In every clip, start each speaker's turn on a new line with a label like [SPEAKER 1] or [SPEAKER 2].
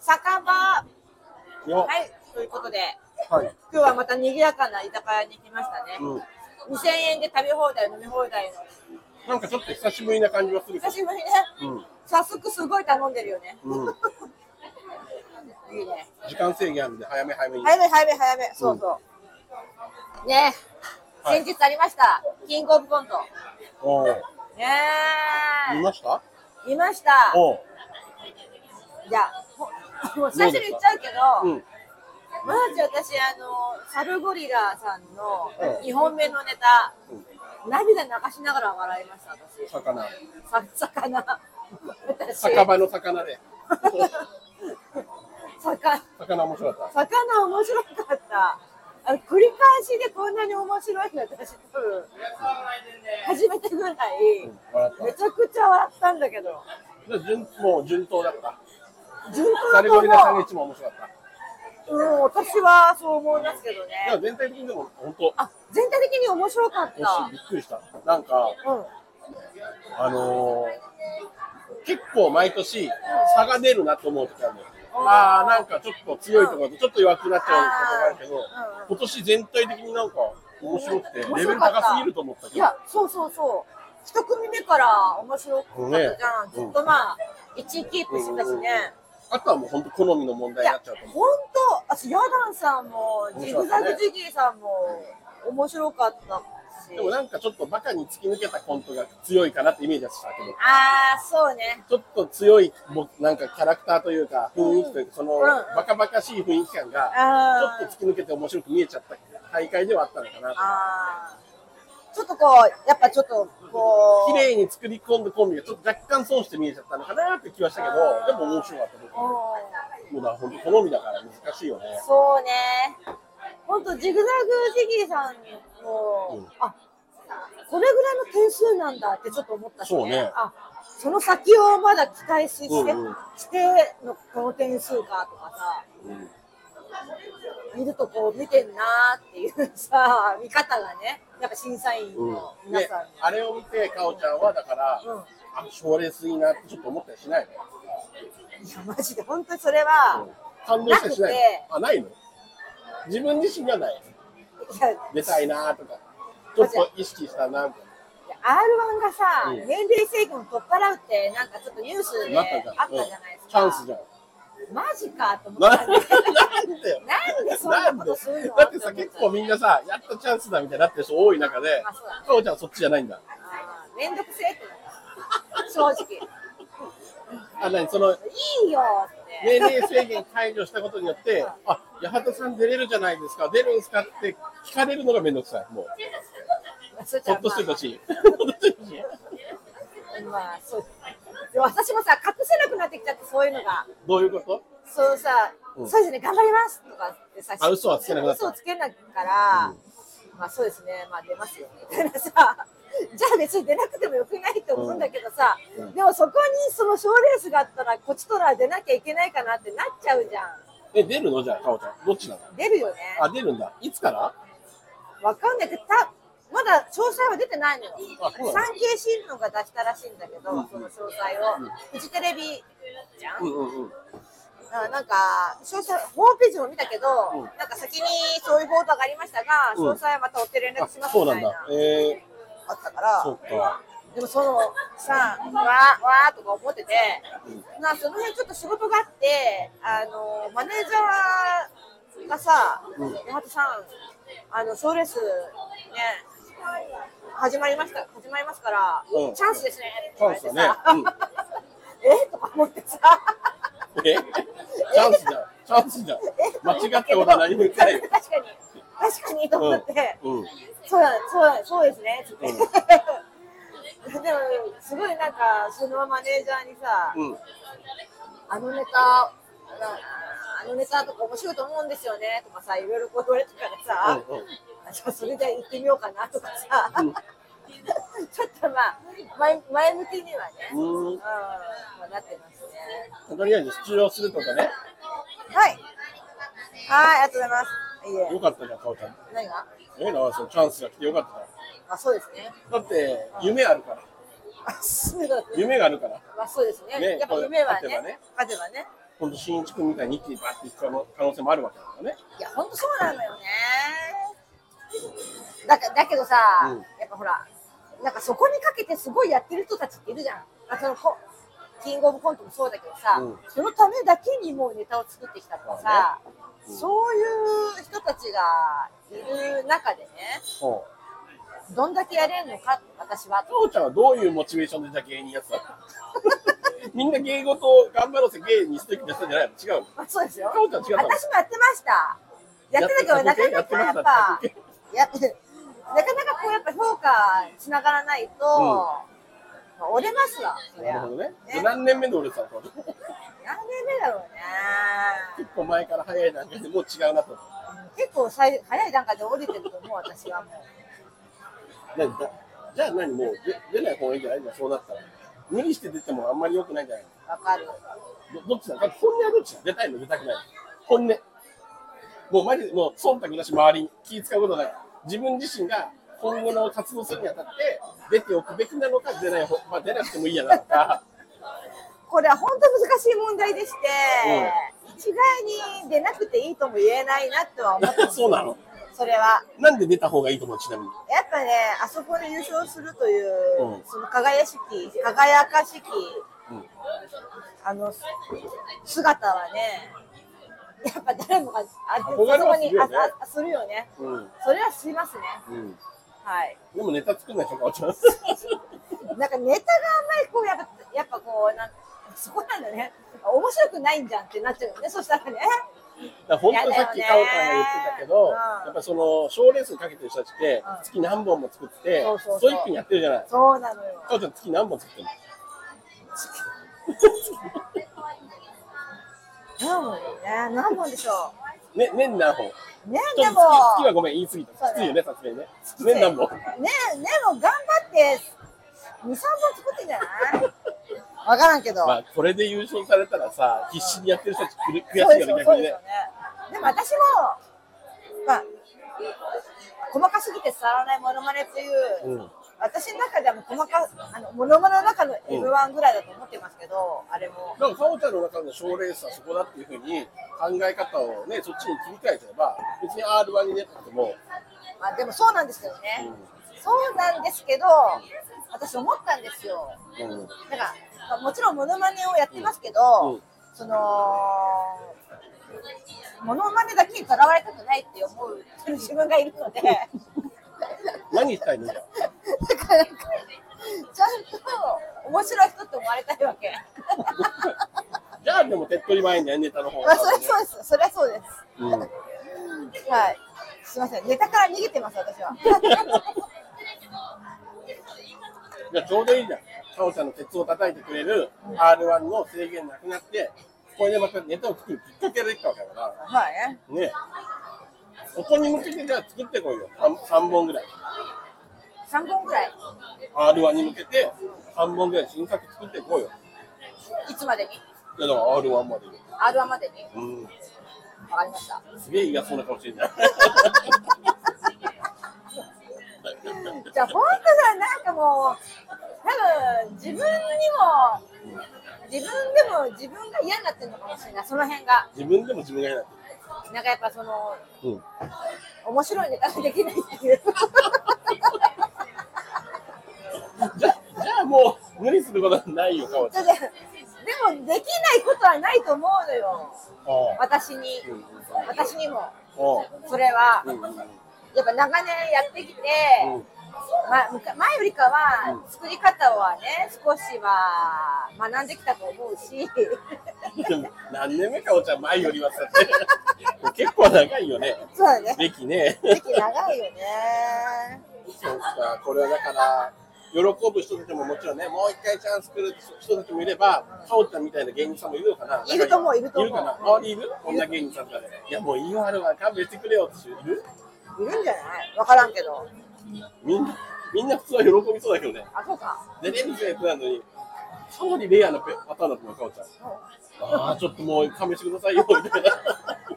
[SPEAKER 1] 酒場、は
[SPEAKER 2] よ
[SPEAKER 1] い、ということで、
[SPEAKER 2] はい。
[SPEAKER 1] 今日はまた賑やかな居酒屋に来ましたね。
[SPEAKER 2] うん。
[SPEAKER 1] 2000円で食べ放題、飲み放題の。
[SPEAKER 2] なんかちょっと久しぶりな感じがするけ
[SPEAKER 1] 久しぶりね。
[SPEAKER 2] ど。うん。
[SPEAKER 1] 早速すごい頼んでるよね。
[SPEAKER 2] うん。
[SPEAKER 1] いいね。
[SPEAKER 2] 時間制限あるんで、早め早めに。
[SPEAKER 1] 早め早め早め。そうそう。ね
[SPEAKER 2] はい
[SPEAKER 1] 先日ありました。キングオブコント。
[SPEAKER 2] おー
[SPEAKER 1] ね
[SPEAKER 2] 見ました
[SPEAKER 1] え。見ました。
[SPEAKER 2] おー
[SPEAKER 1] じゃあ、ほ もう最初に言っちゃうけど、
[SPEAKER 2] うん。
[SPEAKER 1] まず私、あの、サルゴリラさんの
[SPEAKER 2] うん
[SPEAKER 1] 2本目のネタ、
[SPEAKER 2] うん
[SPEAKER 1] 涙流しながら笑いました、私。
[SPEAKER 2] 魚。
[SPEAKER 1] さ魚。私、
[SPEAKER 2] 酒場の魚で。
[SPEAKER 1] 魚
[SPEAKER 2] 魚面白かっ
[SPEAKER 1] 魚面白かった。あの繰り返しでこんなに面白いの私多分初めてぐらい
[SPEAKER 2] た。うん。笑
[SPEAKER 1] め
[SPEAKER 2] っ
[SPEAKER 1] ちゃくちゃ笑ったんだけど
[SPEAKER 2] た。じゃ順もう順当だった。
[SPEAKER 1] 順当
[SPEAKER 2] サル
[SPEAKER 1] と思
[SPEAKER 2] ゴリラさんが
[SPEAKER 1] う
[SPEAKER 2] 一番面白かった。
[SPEAKER 1] うん私はそう思いますけど
[SPEAKER 2] いや
[SPEAKER 1] ね
[SPEAKER 2] 全体的にでも本当
[SPEAKER 1] あ全体的に面白かっ
[SPEAKER 2] 美味しいびっくりした。なんか
[SPEAKER 1] たうん
[SPEAKER 2] あのー結構毎年差が出るなと思う時あるのよ。ああなんかちょっと強いところとちょっと弱くなっちゃうことがあるけど、今年全体的になんか面白くてレ
[SPEAKER 1] 面
[SPEAKER 2] ベ
[SPEAKER 1] 白
[SPEAKER 2] ル
[SPEAKER 1] かった
[SPEAKER 2] 高すぎると思ったけ
[SPEAKER 1] い
[SPEAKER 2] ど。
[SPEAKER 1] やそうそうそう一組目から面白かったじゃん、
[SPEAKER 2] ね
[SPEAKER 1] ずっとまあ1位キープしてたしね、
[SPEAKER 2] あとはもう本当好みの問題
[SPEAKER 1] い
[SPEAKER 2] にな
[SPEAKER 1] や
[SPEAKER 2] っちゃうと思う。
[SPEAKER 1] 本当私ヤダンさんもジグザグジギーさんも面白かったし
[SPEAKER 2] でもなんかちょっとバカに突き抜けたコントが強いかなってイメージはしたけど、
[SPEAKER 1] ああそうね
[SPEAKER 2] ちょっと強いもなんかキャラクターというか雰囲気というかその
[SPEAKER 1] うん
[SPEAKER 2] バカバカしい雰囲気感が
[SPEAKER 1] あー
[SPEAKER 2] ちょっと突き抜けて面白く見えちゃった大会ではあったのかな。
[SPEAKER 1] あーちょっとこうやっぱちょっとこう
[SPEAKER 2] 綺麗に作り込んだコンビがちょっと若干損して見えちゃったのかなって気はしたけど、でも面白かった僕。も
[SPEAKER 1] う
[SPEAKER 2] うだから本当好みだから難しいよね。
[SPEAKER 1] んそうね本当ジグザグジギーさんも、
[SPEAKER 2] うん
[SPEAKER 1] あこれぐらいの点数なんだってちょっと思ったし、ね、
[SPEAKER 2] そうね
[SPEAKER 1] あその先をまだ期待しして,、
[SPEAKER 2] うんうん
[SPEAKER 1] してのこの点数かとかさ
[SPEAKER 2] うん
[SPEAKER 1] 見るとこう見てんなーっていうさ 見方がねやっぱ審査員の皆
[SPEAKER 2] で
[SPEAKER 1] さんに、、
[SPEAKER 2] あれを見て、かおちゃんはだから、
[SPEAKER 1] うん
[SPEAKER 2] あ、賞レースいいなってちょっと思ったりしないの、
[SPEAKER 1] いやマジで本当にそれは、
[SPEAKER 2] 感動したりしない
[SPEAKER 1] な
[SPEAKER 2] の
[SPEAKER 1] くて
[SPEAKER 2] あ、ないの自分自身がない。
[SPEAKER 1] いや
[SPEAKER 2] 出たいなとか、ちょっと意識したなみたいな。
[SPEAKER 1] R1 がさ、
[SPEAKER 2] うん
[SPEAKER 1] 年齢制限を取っ払うって、なんかちょっとニュースであっ
[SPEAKER 2] なったじゃん。
[SPEAKER 1] たじゃないですか。
[SPEAKER 2] チャンスじゃん。
[SPEAKER 1] マジかと思
[SPEAKER 2] な
[SPEAKER 1] った
[SPEAKER 2] ん
[SPEAKER 1] んだけど。
[SPEAKER 2] でよ。
[SPEAKER 1] なんでそん
[SPEAKER 2] な
[SPEAKER 1] なん
[SPEAKER 2] で
[SPEAKER 1] ことするの
[SPEAKER 2] だってさ、結構みんなさ、やっとチャンスだみたいになってる人多い中で
[SPEAKER 1] あそうだ、
[SPEAKER 2] かおちゃんはそっちじゃないんだ。
[SPEAKER 1] あーめんどくせえってなった。正直。
[SPEAKER 2] あ、なに、その、
[SPEAKER 1] いいよって。
[SPEAKER 2] 年齢制限解除したことによって、あ、八幡さん出れるじゃないですか、出るんすかって聞かれるのがめんどくさい。もう、
[SPEAKER 1] そしたら
[SPEAKER 2] ほっとしてるし。
[SPEAKER 1] まあ、まあそうでも私もさ、隠せなくなってきちゃって、そういうのが。
[SPEAKER 2] どういうこと
[SPEAKER 1] そうさ、
[SPEAKER 2] うん
[SPEAKER 1] そうですね、頑張りますとかってさ、
[SPEAKER 2] あ嘘はつけなくなった
[SPEAKER 1] 嘘をつけないから、まあそうですね、まあ出ますよ、みたいなさ、 じゃあ別に出なくてもよくないと思うんだけどさ、
[SPEAKER 2] うんうん
[SPEAKER 1] でもそこにその賞レースがあったら、こっちとら出なきゃいけないかなってなっちゃうじゃん。
[SPEAKER 2] え、出るのじゃあ、かおちゃん。どっちなの
[SPEAKER 1] 出るよね。
[SPEAKER 2] あ、出るんだ。いつから
[SPEAKER 1] わかんないけど、たまだ詳細は出てないのよ
[SPEAKER 2] あそう。なの
[SPEAKER 1] 産経新聞が出したらしいんだけど、
[SPEAKER 2] うん
[SPEAKER 1] その詳細を。フジテレビじゃん
[SPEAKER 2] うんうんうん。
[SPEAKER 1] あなんか詳細ホームページも見たけど、
[SPEAKER 2] うん
[SPEAKER 1] なんか先にそういう報道がありましたが、
[SPEAKER 2] うん
[SPEAKER 1] 詳細はまた追って連
[SPEAKER 2] あ
[SPEAKER 1] 絡し、ます
[SPEAKER 2] そう
[SPEAKER 1] みた
[SPEAKER 2] なん
[SPEAKER 1] いな、
[SPEAKER 2] だ。え
[SPEAKER 1] あったか
[SPEAKER 2] ー、そう
[SPEAKER 1] ら、
[SPEAKER 2] か。
[SPEAKER 1] でもそのさ、わーわーとか思ってて、
[SPEAKER 2] う
[SPEAKER 1] まあその辺ちょっと仕事があって、あのマネージャーがさ、
[SPEAKER 2] うん
[SPEAKER 1] 八幡さん、あの賞レースね、始まりました、始まりますから、
[SPEAKER 2] うん
[SPEAKER 1] チャンスですねって
[SPEAKER 2] チ
[SPEAKER 1] 言
[SPEAKER 2] ャ
[SPEAKER 1] われてさ、
[SPEAKER 2] ンスだね。うん。
[SPEAKER 1] えとか思ってさ。
[SPEAKER 2] えチャンスじゃん。チャンスじゃん。間違ったことは何も言ってないよ。
[SPEAKER 1] 確かに、確かにと思って、
[SPEAKER 2] うん。うん。
[SPEAKER 1] そうだ、そうだ、そうですね、つって。
[SPEAKER 2] うん
[SPEAKER 1] でも、すごいなんか、そのマネージャーにさ、
[SPEAKER 2] うん。
[SPEAKER 1] あのネタ、なあのネタとか面白いと思うんですよね、とかさ、いろいろこう言われてからさ、
[SPEAKER 2] うんうん
[SPEAKER 1] じゃあそれで行ってみようかなとかさ、
[SPEAKER 2] うん
[SPEAKER 1] ちょっとまあ、前前向きにはね、
[SPEAKER 2] うん
[SPEAKER 1] うんまあなってますね。
[SPEAKER 2] とりあえず出場するとかね、
[SPEAKER 1] はい。はい、ありがとうございます。いえ
[SPEAKER 2] よ、かったじゃん、かおちゃん。
[SPEAKER 1] 何が
[SPEAKER 2] ええな、そのチャンスが来てよかったじ
[SPEAKER 1] あ、そうですね。
[SPEAKER 2] ゃん。だって、夢あるから。
[SPEAKER 1] あそうだね。
[SPEAKER 2] 夢があるから。
[SPEAKER 1] まあそうですね。
[SPEAKER 2] ね
[SPEAKER 1] やっぱ夢はね
[SPEAKER 2] 勝てばね
[SPEAKER 1] 勝てばね。
[SPEAKER 2] 本当新一君みたいに一気にバッていく可能可能性もあるわけだからね。
[SPEAKER 1] いや、ほんとそうなのよね。だかだけどさ、
[SPEAKER 2] うん
[SPEAKER 1] やっぱほら、なんかそこにかけてすごいやってる人たちっているじゃん。あそのこキングオブコントもそうだけどさ、
[SPEAKER 2] うん
[SPEAKER 1] そのためだけにもうネタを作ってきたとかさ、
[SPEAKER 2] うん
[SPEAKER 1] そういう人たちがいる中でね、
[SPEAKER 2] そう。
[SPEAKER 1] どんだけやれんのかって私は。
[SPEAKER 2] 父ちゃんはどういうモチベーションでじゃあ芸人やってたの みんな芸事を頑張ろうぜ芸にする時やってたんじゃないの違うの
[SPEAKER 1] まあ、そうですよ。
[SPEAKER 2] かお
[SPEAKER 1] 私
[SPEAKER 2] ちゃん違
[SPEAKER 1] も
[SPEAKER 2] う
[SPEAKER 1] や
[SPEAKER 2] か
[SPEAKER 1] って
[SPEAKER 2] も
[SPEAKER 1] ました。やってたけど、なか
[SPEAKER 2] や
[SPEAKER 1] な
[SPEAKER 2] っ
[SPEAKER 1] か
[SPEAKER 2] てま
[SPEAKER 1] や
[SPEAKER 2] し
[SPEAKER 1] ったぱ、やっなかなかこうやっぱ評価しながらないと、
[SPEAKER 2] うん
[SPEAKER 1] まあ折れますわ。そり
[SPEAKER 2] な
[SPEAKER 1] ゃ
[SPEAKER 2] るほどね
[SPEAKER 1] ね何年
[SPEAKER 2] 何年目で俺さんこれ
[SPEAKER 1] 目だろうね。
[SPEAKER 2] 結構前から早い段階でもう違うなと
[SPEAKER 1] 結構さい早い段階で折れてると思う、私はもう。
[SPEAKER 2] 何だじゃあ何もう出出ない方がいいんじゃないのそうなったら無理して出てもあんまり良くないんじゃない
[SPEAKER 1] わかる。
[SPEAKER 2] のどどっちだだって本音はどっちだ出たいの出たくないの本音もうマジでもう忖度なし周りに気使うことない自分自身が今後の活動するにあたって出ておくべきなのか出ない方、まあ、出なくてもいいやなのか
[SPEAKER 1] これは本当難しい問題でして、
[SPEAKER 2] う
[SPEAKER 1] 一概に出なくていいとも言えないなとは思ってます
[SPEAKER 2] そうなの
[SPEAKER 1] それは。
[SPEAKER 2] なんで出た方がいいと思うちなみに。
[SPEAKER 1] やっぱね、あそこで優勝するという、
[SPEAKER 2] うん
[SPEAKER 1] その輝しき、輝かしき、
[SPEAKER 2] うん
[SPEAKER 1] あの、姿はね、やっぱ誰もが、あ、
[SPEAKER 2] 憧れはするよね
[SPEAKER 1] あああするよね。
[SPEAKER 2] うん。
[SPEAKER 1] それはしますね。
[SPEAKER 2] うん。
[SPEAKER 1] はい。
[SPEAKER 2] でもネタ作んない人がおっちゃう。
[SPEAKER 1] なんかネタがあんまりこう、やっぱ、やっぱこう、なんそこなんだね。面白くないんじゃんってなっちゃうよね。そしたらね。
[SPEAKER 2] だから本当にさっき
[SPEAKER 1] や
[SPEAKER 2] カ
[SPEAKER 1] だよ
[SPEAKER 2] オ
[SPEAKER 1] ね
[SPEAKER 2] さんが言ってたけど、
[SPEAKER 1] うん
[SPEAKER 2] やっぱその賞レースかけてる人たちって
[SPEAKER 1] うん
[SPEAKER 2] 月何本も作って、
[SPEAKER 1] そうそうそう
[SPEAKER 2] ストイックにやってるじゃない。
[SPEAKER 1] そうなのよ。
[SPEAKER 2] カオちゃん月何本作ってるの
[SPEAKER 1] 何本だよね。何本でしょ
[SPEAKER 2] ね、年何本
[SPEAKER 1] う。ね、
[SPEAKER 2] ちょ
[SPEAKER 1] で
[SPEAKER 2] っ
[SPEAKER 1] も
[SPEAKER 2] と月、月はごめん、言い過ぎ
[SPEAKER 1] そうね
[SPEAKER 2] た。きついよね、さすがにね。
[SPEAKER 1] つい
[SPEAKER 2] 年何本
[SPEAKER 1] ねえ、ねえもう頑張って、2、3本作ってんじゃないわからんけど。
[SPEAKER 2] まあ、これで優勝されたらさ、必死にやってる人たち苦悔
[SPEAKER 1] そう
[SPEAKER 2] し
[SPEAKER 1] ですよ
[SPEAKER 2] いよね、
[SPEAKER 1] そ
[SPEAKER 2] 逆
[SPEAKER 1] う
[SPEAKER 2] に
[SPEAKER 1] です
[SPEAKER 2] ね
[SPEAKER 1] よ。ね。でも私も、まあ、細かすぎて伝わらないモノマネっていう、
[SPEAKER 2] うん。
[SPEAKER 1] 私の中ではもう細か、あの、モノマネの中の M1 ぐらいだと思ってますけど、あれも。
[SPEAKER 2] だから、かおちゃんの中の賞レースはそこだっていうふうに考え方をね、そっちに切り替えちゃえば、別に R1 に出たっても、
[SPEAKER 1] まあでもそうなんですけどね。そうなんですけど、私思ったんですよ。
[SPEAKER 2] うん。う
[SPEAKER 1] な
[SPEAKER 2] ん
[SPEAKER 1] んか、まあ、もちろんモノマネをやってますけど、
[SPEAKER 2] うん
[SPEAKER 1] そのモノマネだけにとらわれたくないって思う自分がいるのでだ
[SPEAKER 2] 何したいのじゃあ
[SPEAKER 1] からなんかちゃんと面白い人って思われたいわけ
[SPEAKER 2] じゃあでも手っ取り早いんだよネタの方
[SPEAKER 1] まあそりゃ
[SPEAKER 2] ね
[SPEAKER 1] そうですそりゃそうで
[SPEAKER 2] うん、
[SPEAKER 1] すはいすいませんネタから逃げてます私は
[SPEAKER 2] じゃあちょうどいいじゃんかおちゃんの鉄を叩いてくれる R1 の制限なくなってこれでまたネタを作るきっかけができたわけだか
[SPEAKER 1] まあね
[SPEAKER 2] らねそこに向けてじゃあ作ってこいよ 3, 三本ぐらい
[SPEAKER 1] 3本ぐらい
[SPEAKER 2] R1 に向けて3本ぐらい新作作ってこいよ
[SPEAKER 1] いつまでに
[SPEAKER 2] いやだから R1 までに
[SPEAKER 1] r 1までに
[SPEAKER 2] うん
[SPEAKER 1] わかりました
[SPEAKER 2] すげえ嫌そうな顔してるじゃん
[SPEAKER 1] じゃあ本当さなんかもう多分自分にも自分でも自分が嫌になってるのかもしれないその辺が
[SPEAKER 2] 自分でも自分が嫌だって
[SPEAKER 1] なんかやっぱその
[SPEAKER 2] うん
[SPEAKER 1] 面白いネタができないっていう
[SPEAKER 2] じゃあじゃあもう無理することはないよかおちゃ
[SPEAKER 1] そ
[SPEAKER 2] ん
[SPEAKER 1] れででもできないことはないと思うのよ
[SPEAKER 2] あ
[SPEAKER 1] 私に私にも
[SPEAKER 2] あ
[SPEAKER 1] それは
[SPEAKER 2] うんうん
[SPEAKER 1] やっぱ長年やってきて、
[SPEAKER 2] うんうん
[SPEAKER 1] ま、むか前よりかは作り方はね少しは学んできたと思うし
[SPEAKER 2] 何年目かおちゃん前よりはさ って結構長いよね
[SPEAKER 1] そうだね
[SPEAKER 2] 歴ね
[SPEAKER 1] 歴長いよね
[SPEAKER 2] そうかこれはだから喜ぶ人たちももちろんねもう一回チャンス来る人たちもいればかおちゃんみたいな芸人さんもいるのかない
[SPEAKER 1] ると思ういると思う
[SPEAKER 2] いるかな周りいる女芸人さんとかでいやもういいわあるわ勘弁してくれよって人いる
[SPEAKER 1] いるんじゃないわからんけど。
[SPEAKER 2] みんなみんな普通は喜びそうだけどね
[SPEAKER 1] あ、そうか。
[SPEAKER 2] 出れるぜってなのにかなりレアなペパターンだと思うかおちゃんああ、ちょっともう勘弁してくださいよ、みたいな。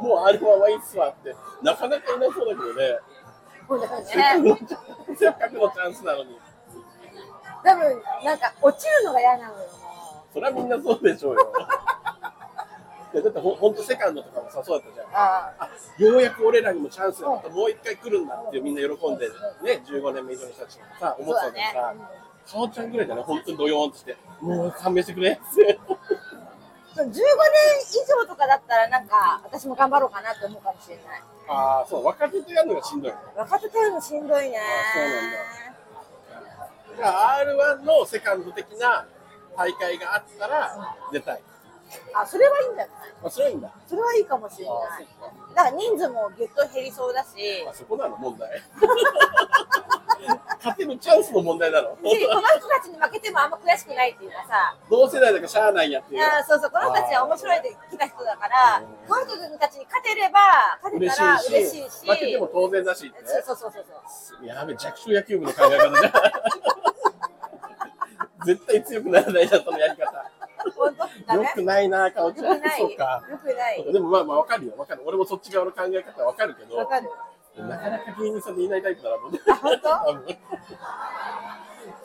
[SPEAKER 2] もうあれはいいっすわって、なかなかいなそうだけどね。
[SPEAKER 1] こんな感じ
[SPEAKER 2] せっかく
[SPEAKER 1] ね。
[SPEAKER 2] のせっかくのチャンスなのに。
[SPEAKER 1] 多分、なんか落ちるのが嫌なのよ。
[SPEAKER 2] それはみんなそうでしょうよ。 ほほんとセカンドとかもさそうだったじゃん
[SPEAKER 1] あ
[SPEAKER 2] あようやく俺らにもチャンスがあったもう一回来るんだってみんな喜んでね15年目以上の人たちがさ思って
[SPEAKER 1] そ
[SPEAKER 2] たけど
[SPEAKER 1] うだ
[SPEAKER 2] さ
[SPEAKER 1] ね
[SPEAKER 2] かおちゃんぐらいだね本当にドヨーンとしてもう勘弁してくれって
[SPEAKER 1] そう15年以上とかだったらなんか私も頑張ろうかなって思うかもしれない
[SPEAKER 2] ああそう若手とやるのがしんどい
[SPEAKER 1] 若手とやるのしんどいね
[SPEAKER 2] そうなんだだから R1 のセカンド的な大会があったら出たい、
[SPEAKER 1] あそれはいいんじゃない
[SPEAKER 2] まあ、それはいいんだ
[SPEAKER 1] それはいいかもしれ
[SPEAKER 2] あ
[SPEAKER 1] な
[SPEAKER 2] そ
[SPEAKER 1] いう
[SPEAKER 2] か
[SPEAKER 1] だから人数もぎゅっと減りそうだし
[SPEAKER 2] まあ、そこなの問題 勝てるチャンスの問題だろ
[SPEAKER 1] でこの人たちに負けてもあんま悔しくないっていうかさ
[SPEAKER 2] 同世代だからしゃあないやっていう
[SPEAKER 1] あーそうそうこの人たちは面白いって来た人だからこの人たちに勝てれば勝てた
[SPEAKER 2] 嬉し
[SPEAKER 1] ら
[SPEAKER 2] い
[SPEAKER 1] 嬉
[SPEAKER 2] し
[SPEAKER 1] しいし
[SPEAKER 2] 負けても当然だしってね
[SPEAKER 1] そうそうそうそう
[SPEAKER 2] やべ弱小野球部の考え方じゃん 絶対強くならないじゃんそのやり方
[SPEAKER 1] 本当だ
[SPEAKER 2] よ
[SPEAKER 1] ね
[SPEAKER 2] くないな顔ちゃ
[SPEAKER 1] よ
[SPEAKER 2] ん
[SPEAKER 1] くない
[SPEAKER 2] そうか
[SPEAKER 1] よくない
[SPEAKER 2] でもまあまあわかるよわかる俺もそっち側の考え方わかるけど
[SPEAKER 1] わかる
[SPEAKER 2] なかなか芸人さんでいないタイプだなと思って。
[SPEAKER 1] 本当
[SPEAKER 2] 多分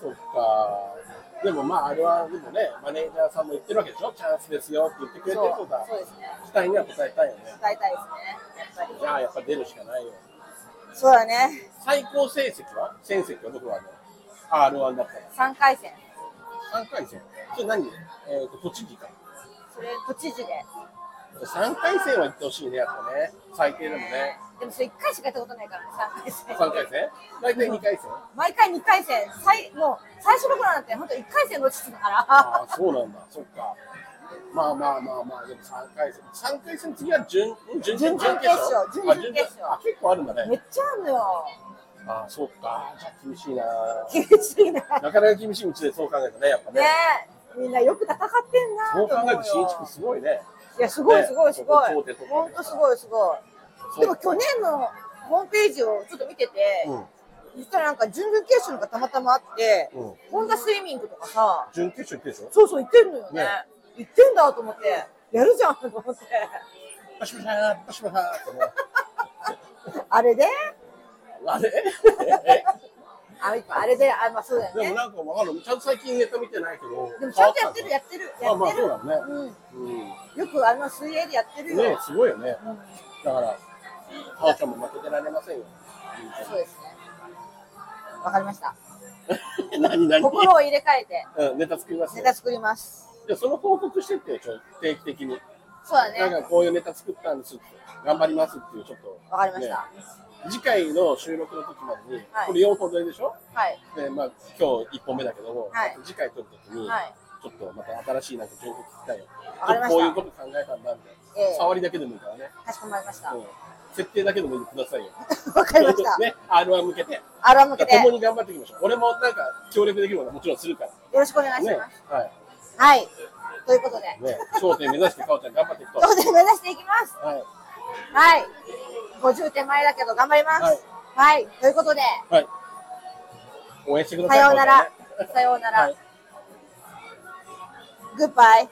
[SPEAKER 2] そっか。でもまあ、あれはでもね、マネージャーさんも言ってるわけでしょ、チャンスですよって言ってくれてる
[SPEAKER 1] そ
[SPEAKER 2] こ
[SPEAKER 1] う
[SPEAKER 2] とだ。
[SPEAKER 1] そうですね
[SPEAKER 2] 期待には応えたいよね。
[SPEAKER 1] 伝えたいですねやっぱり
[SPEAKER 2] じゃあ、やっぱ出るしかないよ。
[SPEAKER 1] そうだね
[SPEAKER 2] 最高成績は成績はどこなの ?R1 だった
[SPEAKER 1] 3回戦
[SPEAKER 2] ら。3回戦。それ何えっ、と、栃木か。
[SPEAKER 1] それ都知事で
[SPEAKER 2] 3回戦は行ってほしいね、やっぱね。最低でもね。
[SPEAKER 1] でもそれ1回しかやったことないからね3回戦
[SPEAKER 2] 3回戦大体2回戦
[SPEAKER 1] 毎回2回戦最もう最初の頃なんて本当1回戦の落ちてたから
[SPEAKER 2] ああ、そうなんだ、そっか。まあまあまあまあ、でも三回戦、三回戦次は準、ん準
[SPEAKER 1] 準々決勝
[SPEAKER 2] 準
[SPEAKER 1] 準々決
[SPEAKER 2] 々決勝
[SPEAKER 1] 勝
[SPEAKER 2] あ準々あ、結構あるんだ
[SPEAKER 1] め
[SPEAKER 2] ね。
[SPEAKER 1] っちゃあんのよ
[SPEAKER 2] ああ、そっか、じゃあ厳しいな。
[SPEAKER 1] 厳しいなね
[SPEAKER 2] なかなか厳しい道でそう考えたね、やっぱね。
[SPEAKER 1] えみんなよく戦ってんな
[SPEAKER 2] そう
[SPEAKER 1] と
[SPEAKER 2] 考
[SPEAKER 1] 思う
[SPEAKER 2] える
[SPEAKER 1] よ
[SPEAKER 2] と、新一君すごいね。
[SPEAKER 1] いやすごい
[SPEAKER 2] ね
[SPEAKER 1] すごいすごい
[SPEAKER 2] ここ頂点取った
[SPEAKER 1] 本当すごいすごいでも去年のホームページをちょっと見てて、
[SPEAKER 2] うん、
[SPEAKER 1] そしたらなんか準々決勝のがたまたまあって、
[SPEAKER 2] うん
[SPEAKER 1] ホンダスイミングとかさ
[SPEAKER 2] 準決勝行ってるでしょ
[SPEAKER 1] そうそう行ってんのよね
[SPEAKER 2] ね
[SPEAKER 1] 行ってんだと思ってやるじゃんと思って
[SPEAKER 2] パシパシャー、パシパシャーってね。
[SPEAKER 1] あれで
[SPEAKER 2] あれ
[SPEAKER 1] ああれであまあそうだよ
[SPEAKER 2] でも
[SPEAKER 1] ね
[SPEAKER 2] なんかわかる、ちゃんと最近ネタ見てないけど。
[SPEAKER 1] でもちゃんとやってるや
[SPEAKER 2] っ
[SPEAKER 1] ってるやって
[SPEAKER 2] まあまあ、そう
[SPEAKER 1] る、
[SPEAKER 2] だね。
[SPEAKER 1] うん
[SPEAKER 2] うん。
[SPEAKER 1] よくあの水泳でやってるよ、
[SPEAKER 2] ね、すごいよね。
[SPEAKER 1] うん
[SPEAKER 2] だから、あおちゃんも負けてられませんよ。
[SPEAKER 1] そうですねわかりました
[SPEAKER 2] 何何
[SPEAKER 1] 心を入れ替えて
[SPEAKER 2] うん、ネタ作ります
[SPEAKER 1] ネ
[SPEAKER 2] よ。
[SPEAKER 1] タ作ります
[SPEAKER 2] じゃあその報告してってよ、ちょ定期的に。
[SPEAKER 1] そうだ
[SPEAKER 2] なん
[SPEAKER 1] ね
[SPEAKER 2] かこういうネタ作ったんですって、頑張りますっていう、ちょっと。
[SPEAKER 1] わかりました
[SPEAKER 2] ね次回の収録の時までに、
[SPEAKER 1] はい
[SPEAKER 2] これ4本撮りでしょ
[SPEAKER 1] はい
[SPEAKER 2] で、まあ今日1本目だけども、
[SPEAKER 1] はい
[SPEAKER 2] 次回撮る時に、
[SPEAKER 1] はい
[SPEAKER 2] ちょっとまた新しいなんか情報聞きたいよ。
[SPEAKER 1] わかりました
[SPEAKER 2] ちょっとこういうこと考えたんだみたいな。
[SPEAKER 1] ええ
[SPEAKER 2] 触りだけでもいいからね。
[SPEAKER 1] かしこまりました
[SPEAKER 2] うん設定だけでもいいんでくださいよ。
[SPEAKER 1] わかりました
[SPEAKER 2] ね、R1 向けて。
[SPEAKER 1] あら向けて
[SPEAKER 2] 共
[SPEAKER 1] よ
[SPEAKER 2] に頑張っていきましょう。俺もなんか協力できることはもちろんするから。
[SPEAKER 1] ろしくお願いし
[SPEAKER 2] ね
[SPEAKER 1] ま、す
[SPEAKER 2] はい。
[SPEAKER 1] はいということで
[SPEAKER 2] ね、頂点目指してかおちゃん頑 張っていくと。
[SPEAKER 1] そ
[SPEAKER 2] は
[SPEAKER 1] こで目指していきます
[SPEAKER 2] い。
[SPEAKER 1] はい50手前だけど頑張りますはい、ということで
[SPEAKER 2] はい。応援してくだ
[SPEAKER 1] さ
[SPEAKER 2] さい。
[SPEAKER 1] ようなら
[SPEAKER 2] かおちゃんね
[SPEAKER 1] さようなら、
[SPEAKER 2] はい
[SPEAKER 1] グッバイ